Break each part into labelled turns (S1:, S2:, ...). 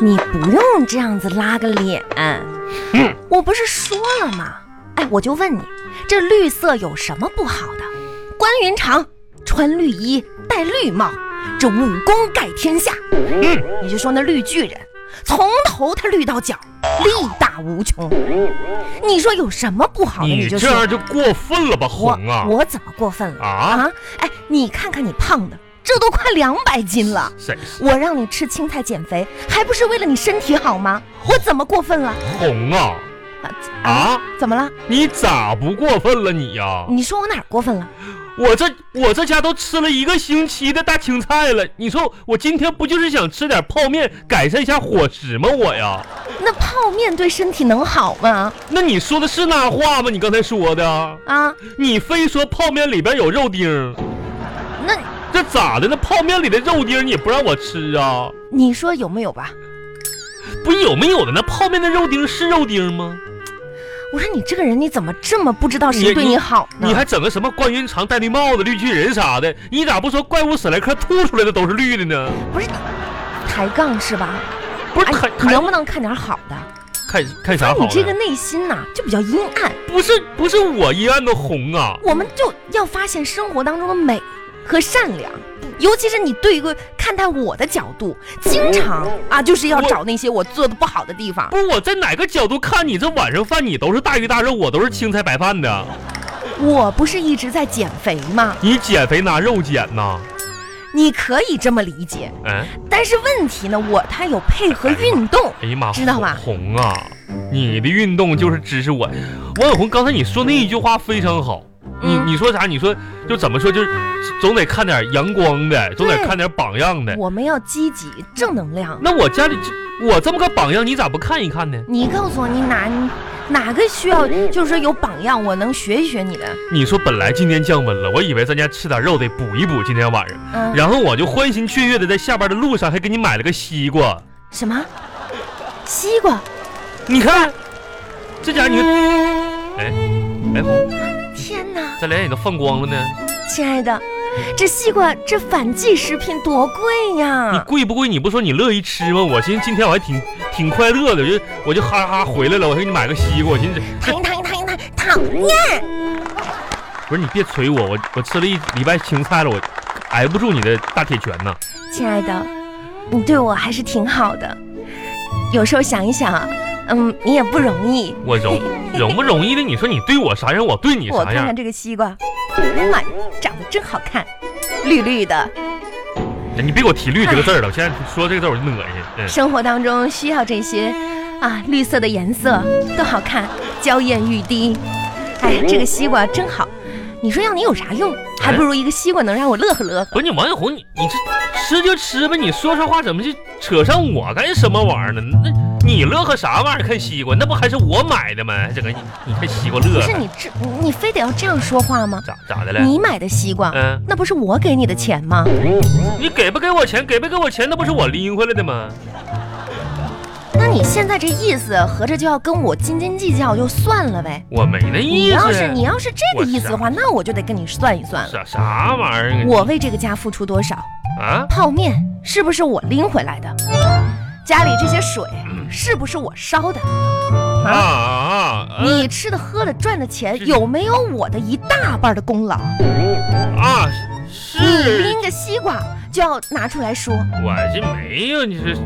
S1: 你不用这样子拉个脸，
S2: 嗯
S1: 我不是说了吗？哎，我就问你，这绿色有什么不好的？关云长穿绿衣戴绿帽，这武功盖天下。
S2: 嗯，
S1: 你就说那绿巨人，从头他绿到脚，力大无穷。你说有什么不好的？
S2: 你
S1: 就
S2: 这
S1: 说
S2: 样就过分了吧，
S1: 我
S2: 红啊！
S1: 我怎么过分了
S2: 啊，？
S1: 哎，你看看你胖的，这都快两百斤了。
S2: 谁
S1: 我让你吃青菜减肥，还不是为了你身体好吗？我怎么过分了？
S2: 红啊？啊，
S1: 怎么了？
S2: 你咋不过分了你呀、
S1: 你说我哪儿过分了？
S2: 我这我这家都吃了一个星期的大青菜了，你说我今天不就是想吃点泡面改善一下伙食吗？我呀，
S1: 那泡面对身体能好吗？
S2: 那你说的是那话吗？你刚才说的，
S1: 啊，
S2: 你非说泡面里边有肉丁儿，
S1: 那
S2: 这咋的？那泡面里的肉丁儿你也不让我吃啊？
S1: 你说有没有吧？
S2: 不有没有的？那泡面的肉丁儿是肉丁儿吗？
S1: 我说你这个人你怎么这么不知道谁
S2: 你
S1: 对
S2: 你
S1: 你好呢？
S2: 你还整个什么关云长戴绿帽子、绿巨人啥的？你咋不说怪物史莱克吐出来的都是绿的呢？
S1: 不是你抬杠是吧？
S2: 不是
S1: 哎
S2: 看，
S1: 你
S2: 看
S1: 能不能看点好的？
S2: 看看啥
S1: 那
S2: 好呢？
S1: 你这个内心呐、就比较阴暗。
S2: 不是不是我阴暗的红啊！
S1: 我们就要发现生活当中的美和善良，尤其是你对一个看待我的角度，经常啊就是要
S2: 我
S1: 找那些我做的不好的地方。
S2: 不是我在哪个角度看你这晚上饭你都是大鱼大肉，我都是青菜白饭的。
S1: 我不是一直在减肥吗？
S2: 你减肥拿肉减呐？
S1: 你可以这么理解，
S2: 哎，
S1: 但是问题呢，我它有配合运动。
S2: 哎呀妈，
S1: 知道吧
S2: 红啊，你的运动就是支持我。王小红，刚才你说那一句话非常好。你
S1: 嗯
S2: 你说啥？你说就怎么说？就是总得看点阳光的，总得
S1: 对
S2: 看点榜样的。
S1: 我们要积极正能量。
S2: 那我家里这我这么个榜样，你咋不看一看呢？
S1: 你告诉我，你哪哪个需要，就是说有榜样，我能学一学你的。
S2: 你说本来今天降温了，我以为咱家吃点肉得补一补今天晚上。
S1: 嗯，
S2: 然后我就欢欣雀跃的在下班的路上还给你买了个西瓜，
S1: 什么？西瓜？
S2: 你看，这家
S1: 嗯
S2: 你，哎，哎红，
S1: 天哪，
S2: 这脸也都放光了呢。
S1: 亲爱的，这西瓜这反季食品多贵
S2: 你
S1: 呀！
S2: 贵不贵？你不说你乐意吃吗？我寻思今天我还挺挺快乐的，我就我就哈哈回来了，我还给你买个西瓜，我寻思这
S1: 烫一烫一烫一烫，讨厌！
S2: 不是你别捶我，我我吃了一礼拜青菜了，我挨不住你的大铁拳呐。
S1: 亲爱的，你对我还是挺好的。有时候想一想，嗯，你也不容易。
S2: 我容容不容易的？你说你对我啥样，我对你
S1: 我
S2: 啥
S1: 看看
S2: 样？
S1: 这个西瓜，妈呀，长得真好看，绿绿的。
S2: 哎你别给我提“绿”这个字儿了，我现在说这个字儿我就恶心。嗯，
S1: 生活当中需要这些啊，绿色的颜色都好看，娇艳欲滴。哎，这个西瓜真好，你说让你有啥用？还不如一个西瓜能让我乐呵乐呵。
S2: 不是你王小红，你你这吃就吃呗，你说说话怎么就扯上我干什么玩意儿呢？那你乐呵啥玩意儿？看西瓜，那不还是我买的吗？还整个你你看西瓜乐
S1: 不是
S2: 呵，
S1: 你这，你非得要这样说话吗？
S2: 咋咋的了？
S1: 你买的西瓜，
S2: 嗯，
S1: 那不是我给你的钱吗？
S2: 你给不给我钱？给不给我钱？那不是我拎回来的吗？
S1: 那你现在这意思，合着就要跟我斤斤计较，就算了呗。
S2: 我没那
S1: 你
S2: 意思。
S1: 要是你要是这个意思的话，
S2: 我
S1: 那我就得跟你算一算了。
S2: 啥啥玩意儿
S1: 我为这个家付出多少？
S2: 啊？
S1: 泡面是不是我拎回来的？家里这些水是不是我烧的？
S2: 嗯
S1: 啊，
S2: 啊啊啊！
S1: 你吃的、喝的、赚的钱
S2: 是
S1: 有没有我的一大半的功劳？
S2: 啊
S1: 你
S2: 是，
S1: 拎个西瓜就要拿出来说。
S2: 我这没有，你是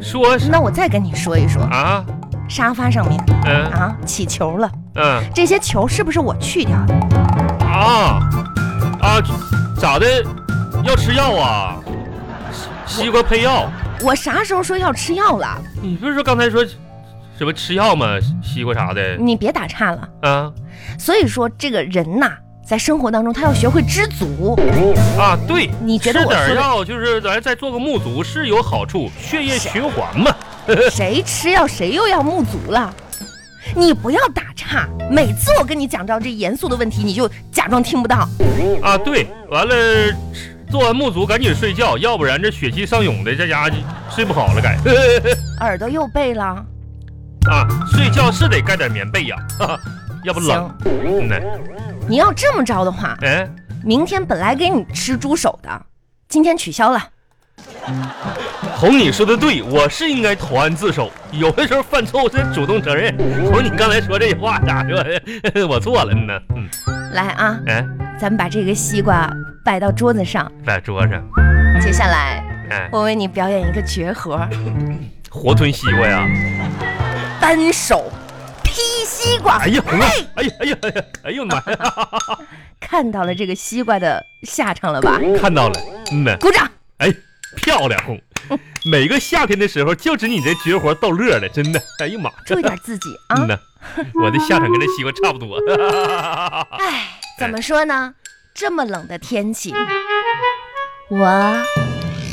S2: 说啥
S1: 那我再跟你说一说，
S2: 啊？
S1: 沙发上面
S2: 嗯
S1: 啊起球了，
S2: 嗯。
S1: 这些球是不是我去掉的？
S2: 啊啊，咋的？要吃药啊？西西瓜配药？
S1: 我啥时候说要吃药了？
S2: 你不是说刚才说什么吃药吗？西瓜啥的
S1: 你别打岔了。
S2: 啊
S1: 所以说，这个人呐，在生活当中他要学会知 足。
S2: 啊？对，
S1: 你觉
S2: 吃
S1: 得我说
S2: 点
S1: 的
S2: 药就是咱再做个沐足是有好处，血液
S1: 是
S2: 循环嘛。
S1: 谁吃药谁又要沐足了？你不要打岔，每次我跟你讲到这严肃的问题，你就假装听不到。
S2: 啊，对，完了吃做完沐足赶紧睡觉，要不然这血气上涌的，在家就睡不好了该。
S1: 耳朵又背了，
S2: 啊，睡觉是得盖点棉被呀、 哈哈，要不冷呢。
S1: 你要这么着的话，
S2: 哎，
S1: 明天本来给你吃猪手的，今天取消了，
S2: 红，你说的对，我是应该投案自首。有的时候犯错误，真主动承认。
S1: 嗯
S2: 红，你刚才说这话咋说？ 我错了呢。嗯，
S1: 来啊，
S2: 哎，
S1: 咱们把这个西瓜摆到桌子上，
S2: 在桌上，
S1: 接下来
S2: 哎，
S1: 我为你表演一个绝活儿，
S2: 活吞西瓜呀！
S1: 单手劈西瓜。
S2: 哎呀，红啊！哎呀，哎呀，哎呀，哎呦妈呀！
S1: 看到了这个西瓜的下场了吧？
S2: 看到了，嗯呐，
S1: 鼓掌！
S2: 哎，漂亮红。每个夏天的时候，就指你这绝活逗乐了，真的。哎呀妈！
S1: 注意点自己啊
S2: 嗯！呐，我的下场跟这西瓜差不多。
S1: 哎，怎么说呢？这么冷的天气，我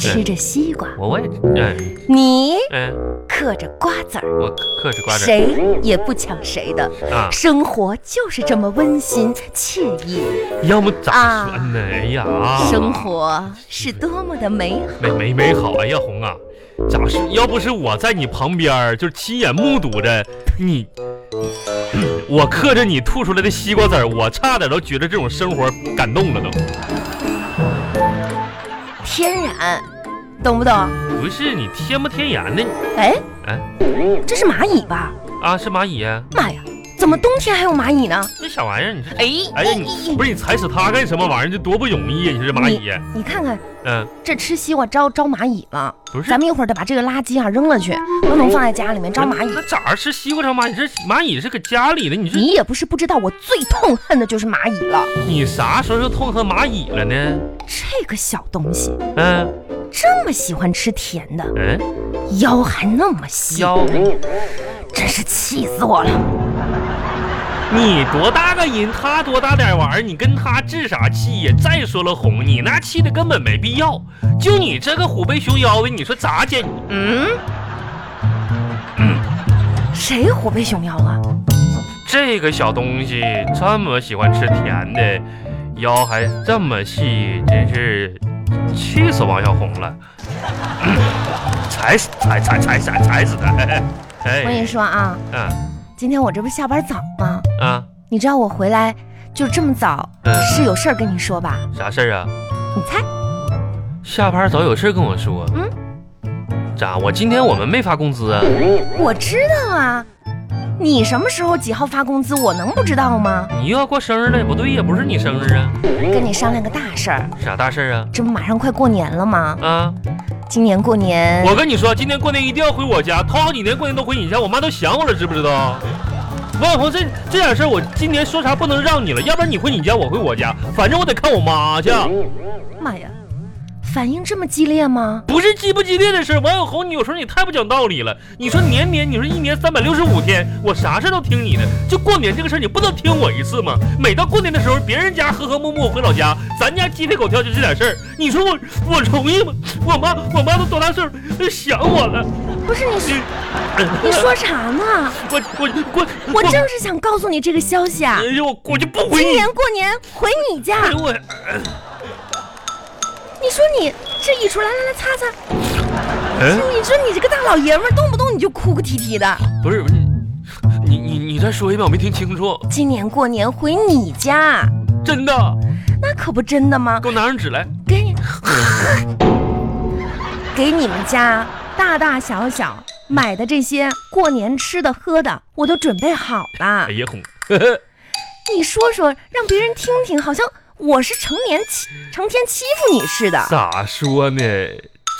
S1: 吃着西瓜，
S2: 我我也，嗯
S1: 你
S2: 嗯，
S1: 嗑着瓜子儿，
S2: 我嗑着瓜子
S1: 谁也不抢谁的。
S2: 啊，
S1: 生活就是这么温馨惬意，
S2: 要么咋说呢？哎呀，
S1: 生活是多么的美好！
S2: 没没没好，哎呀红啊，咋是？要不是我在你旁边儿，就是亲眼目睹着你，我嗑着你吐出来的西瓜籽儿，我差点都觉得这种生活感动了都。
S1: 天然，懂不懂？
S2: 不是你天不天然的
S1: 哎
S2: 哎，
S1: 这是蚂蚁吧？
S2: 啊？是蚂蚁啊？
S1: 妈呀，怎么冬天还有蚂蚁呢？
S2: 那小玩意儿，你这。
S1: 哎
S2: 哎呀，你不是你踩死它干什么玩意儿？这多不容易呀！啊你这蚂蚁，
S1: 你看看
S2: 嗯，
S1: 这吃西瓜招招蚂蚁了，
S2: 不是
S1: 咱，们一会儿得把这个垃圾啊扔了去，不能放在家里面招蚂
S2: 那
S1: 蚁。
S2: 咋吃西瓜招蚂蚁？这蚂蚁是搁家里的，你这
S1: 你也不是不知道，我最痛恨的就是蚂蚁了。
S2: 你啥时候就痛恨蚂蚁了呢？
S1: 这个小东西
S2: 嗯
S1: 这么喜欢吃甜的，
S2: 嗯，
S1: 腰还那么细，
S2: 腰。
S1: 真是气死我了！
S2: 你多大个人，他多大点玩意儿，你跟他置啥气呀？再说了，红，你那气的根本没必要。就你这个虎背熊腰的，你说咋嗯解？
S1: 嗯，谁虎背熊腰啊？
S2: 这个小东西这么喜欢吃甜的，腰还这么细，真是气死王小红了！嗯踩死，踩踩踩踩踩死他！
S1: 我跟你
S2: 哎，
S1: 说啊，
S2: 嗯
S1: 今天我这不是下班早吗？
S2: 啊，
S1: 你知道我回来就这么早
S2: 嗯
S1: 是有事儿跟你说吧？
S2: 啥事儿啊？
S1: 你猜？
S2: 下班早有事跟我说。
S1: 嗯
S2: 咋？我今天我们没发工资啊？
S1: 我知道啊，你什么时候几号发工资，我能不知道吗？
S2: 你又要过生日了？不对呀，不是你生日啊？
S1: 跟你商量个大事儿，
S2: 啥大事儿啊？
S1: 这不马上快过年了吗？
S2: 啊！
S1: 今年过年
S2: 我跟你说，今年过年一定要回我家，头好几年过年都回你家，我妈都想我了，知不知道？王小红，这这点事儿我今年说啥不能让你了，要不然你回你家，我回我家，反正我得看我妈去。
S1: 妈呀，反应这么激烈吗？
S2: 不是激不激烈的事儿，王小红，你有时候你太不讲道理了。你说年年，你说一年三百六十五天，我啥事儿都听你的，就过年这个事儿，你不能听我一次吗？每到过年的时候，别人家和和睦睦回老家，咱家鸡飞狗跳就这点事儿，你说我我容易吗？我妈我妈都多大岁数了，想我了。
S1: 不是你，
S2: 你
S1: 你说啥呢？
S2: 我我我
S1: 我正是想告诉你这个消息啊
S2: 哎！呦，我我就不回
S1: 今
S2: 你
S1: 年。过年回你家
S2: 哎，呦我
S1: 你说你这一出来来来擦擦，
S2: 嗯，
S1: 你说你这个大老爷们儿动不动你就哭哭啼啼的。
S2: 不是你你你再说一遍，我没听清楚。
S1: 今年过年回你家，
S2: 真的，
S1: 那可不真的吗？
S2: 给我拿张纸来。
S1: 给 你，给你们家大大小小买的这些过年吃的喝的，我都准备好了
S2: 哎。呀红，
S1: 你说说，让别人听听，好像我是成年欺成天欺负你似的。
S2: 咋说呢？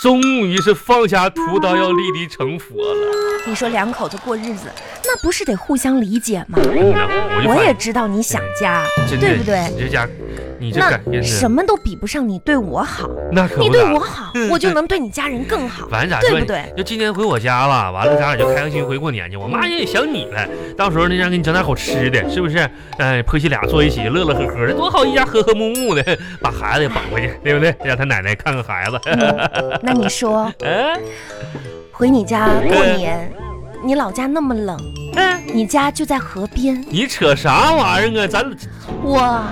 S2: 终于是放下屠刀，要立地成佛了。
S1: 你说两口子过日子，那不是得互相理解吗？
S2: 然后我就
S1: 我
S2: 发
S1: 也
S2: 现
S1: 知道你想家，
S2: 真的，
S1: 对不对？
S2: 你这家，你这感
S1: 那
S2: 觉是
S1: 什么都比不上你对我好，
S2: 那可不
S1: 你
S2: 咋
S1: 对我 好
S2: 嗯，
S1: 我就能对你家人更 好，
S2: 完了咋说
S1: 对
S2: 呢
S1: 不？对？
S2: 就今年回我家了，完了咱俩就开开心心回过年去。我妈也想你了，到时候那让给你整点好吃的，是不是？哎，婆媳俩坐一起，乐乐呵呵的，多好，一家和和睦睦的，把孩子也绑回去，对不对？让他奶奶看看孩子。
S1: 嗯那你说
S2: 哎
S1: 回你家过年，你老家那么冷，
S2: 哎，
S1: 你家就在河边，
S2: 你扯啥玩意儿啊？咱
S1: 我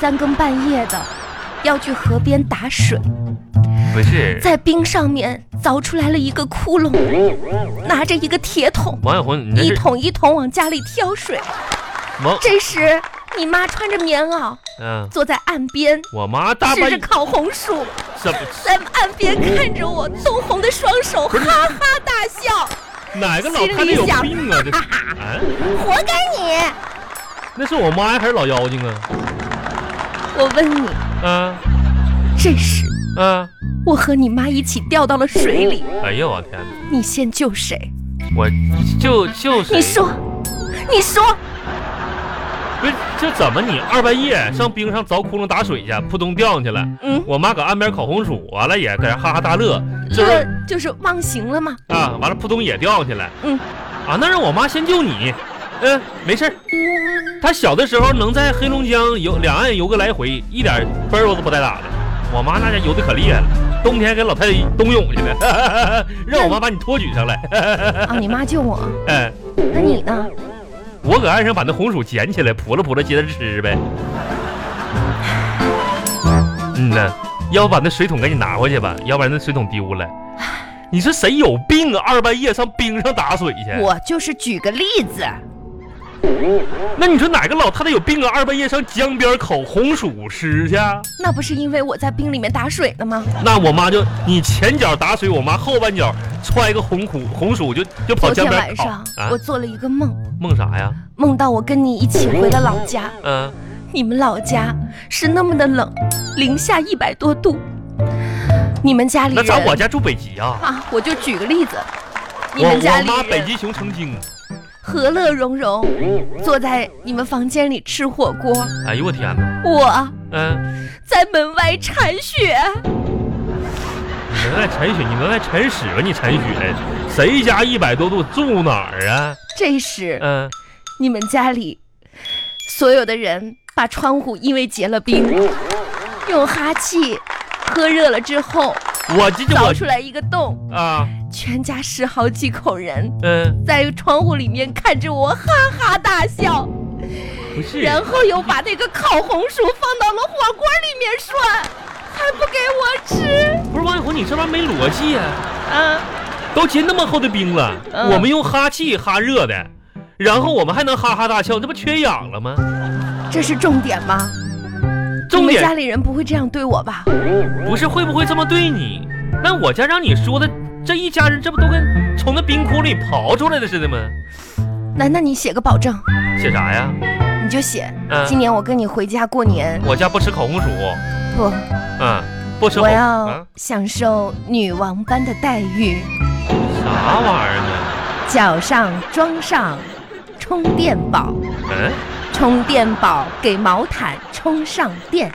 S1: 三更半夜的要去河边打水，
S2: 不是
S1: 在冰上面凿出来了一个窟窿，拿着一个铁桶，
S2: 哎王小红，你这
S1: 一
S2: 是
S1: 桶一桶往家里挑水。
S2: 王
S1: 这时，你妈穿着棉袄
S2: 嗯，
S1: 坐在岸边，
S2: 我妈大
S1: 吃
S2: 半
S1: 着烤红薯，
S2: 怎么
S1: 在岸边看着我通红的双手，
S2: 不
S1: 哈
S2: 是
S1: 哈大笑。
S2: 哪个老看着有病啊？这是啊，
S1: 活该你！
S2: 那是我妈呀，还是老妖精啊？
S1: 我问你，
S2: 啊
S1: 这时
S2: 啊！
S1: 我和你妈一起掉到了水里，
S2: 哎呦我天哪！
S1: 你先救谁？
S2: 我就就是
S1: 你说，你说，
S2: 不是这怎么你二半夜上冰上凿窟窿打水去，扑通掉上去了。
S1: 嗯，
S2: 我妈搁岸边烤红薯，完了也在那哈哈大乐， 这
S1: 这就是忘形了吗？
S2: 啊，完了扑通也掉下去了。
S1: 嗯，
S2: 啊，那让我妈先救你。嗯，没事儿。她小的时候能在黑龙江游两岸游个来回，一点分儿都不带打的。我妈那家游的可厉害了，冬天跟老太太冬泳去了， 让我妈把你托举上来。
S1: 啊，你妈救我，
S2: 嗯，
S1: 那你呢？
S2: 我搁岸上把那红薯捡起来，扑了扑了，接着吃呗。嗯呐，要不把那水桶赶紧拿回去吧，要不然那水桶丢了。你说谁有病啊？二半夜上冰上打水去？
S1: 我就是举个例子，
S2: 那你说哪个老太太有病啊？二半夜上江边烤红薯吃去？啊
S1: 那不是因为我在冰里面打水呢吗？
S2: 那我妈就你前脚打水，我妈后半脚揣一个红苦红薯就就跑
S1: 昨
S2: 江
S1: 天
S2: 边
S1: 晚
S2: 烤啊
S1: 上我做了一个梦，
S2: 梦啥呀？
S1: 梦到我跟你一起回了老家，
S2: 嗯、
S1: 你们老家是那么的冷，零下一百多度，你们家里
S2: 那
S1: 人
S2: 咋我家住北极啊？
S1: 啊，我就举个例子，你
S2: 我
S1: 们家
S2: 我
S1: 里
S2: 妈北
S1: 人
S2: 极熊成精。
S1: 和乐融融，坐在你们房间里吃火锅，
S2: 哎呦我天哪！
S1: 我
S2: 嗯、
S1: 在门外铲雪。
S2: 你门外铲雪，你门外铲屎吧你铲雪，谁家一百多度住哪儿啊？
S1: 这时，
S2: 嗯、
S1: 你们家里所有的人把窗户因为结了冰，用哈气喝热了之后
S2: 我这就
S1: 凿
S2: 我
S1: 出来一个洞，
S2: 啊，
S1: 全家十好几口人
S2: 嗯、
S1: 在窗户里面看着我哈哈大笑，
S2: 不是。
S1: 然后又把那个烤红薯放到了火锅里面涮，还不给我吃。
S2: 不是王一红，你这玩意儿没逻辑呀、
S1: 啊，
S2: 都结那么厚的冰了，
S1: 嗯
S2: 我们用哈气哈热的，然后我们还能哈哈大笑，这不缺氧了吗？
S1: 这是重点吗？
S2: 重
S1: 你们家
S2: 点
S1: 里人不会这样对我吧？
S2: 不是会不会这么对你，那我家让你说的这一家人，这不都跟从那冰窟里刨出来的似的吗？
S1: 那那你写个保证，
S2: 写啥呀？
S1: 你就写
S2: 嗯、
S1: 今年我跟你回家过年，
S2: 我家不吃烤红薯，
S1: 不，
S2: 嗯、不吃嗯
S1: 我
S2: 红
S1: 要享受女王般的待遇，
S2: 啥玩意儿
S1: 脚上装上充电宝，
S2: 呢？嗯、
S1: 充电宝给毛毯充上电，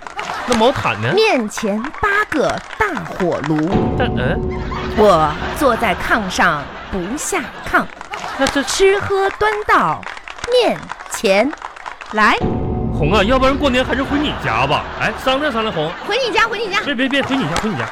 S2: 那毛毯呢？
S1: 面前八个大火炉，
S2: 但嗯、
S1: 我坐在炕上不下炕，
S2: 那这
S1: 吃喝端到面前来，
S2: 红啊，要不然过年还是回你家吧？哎，商量商量，红，
S1: 回你家，回你家。
S2: 别别别，回你家，回你家。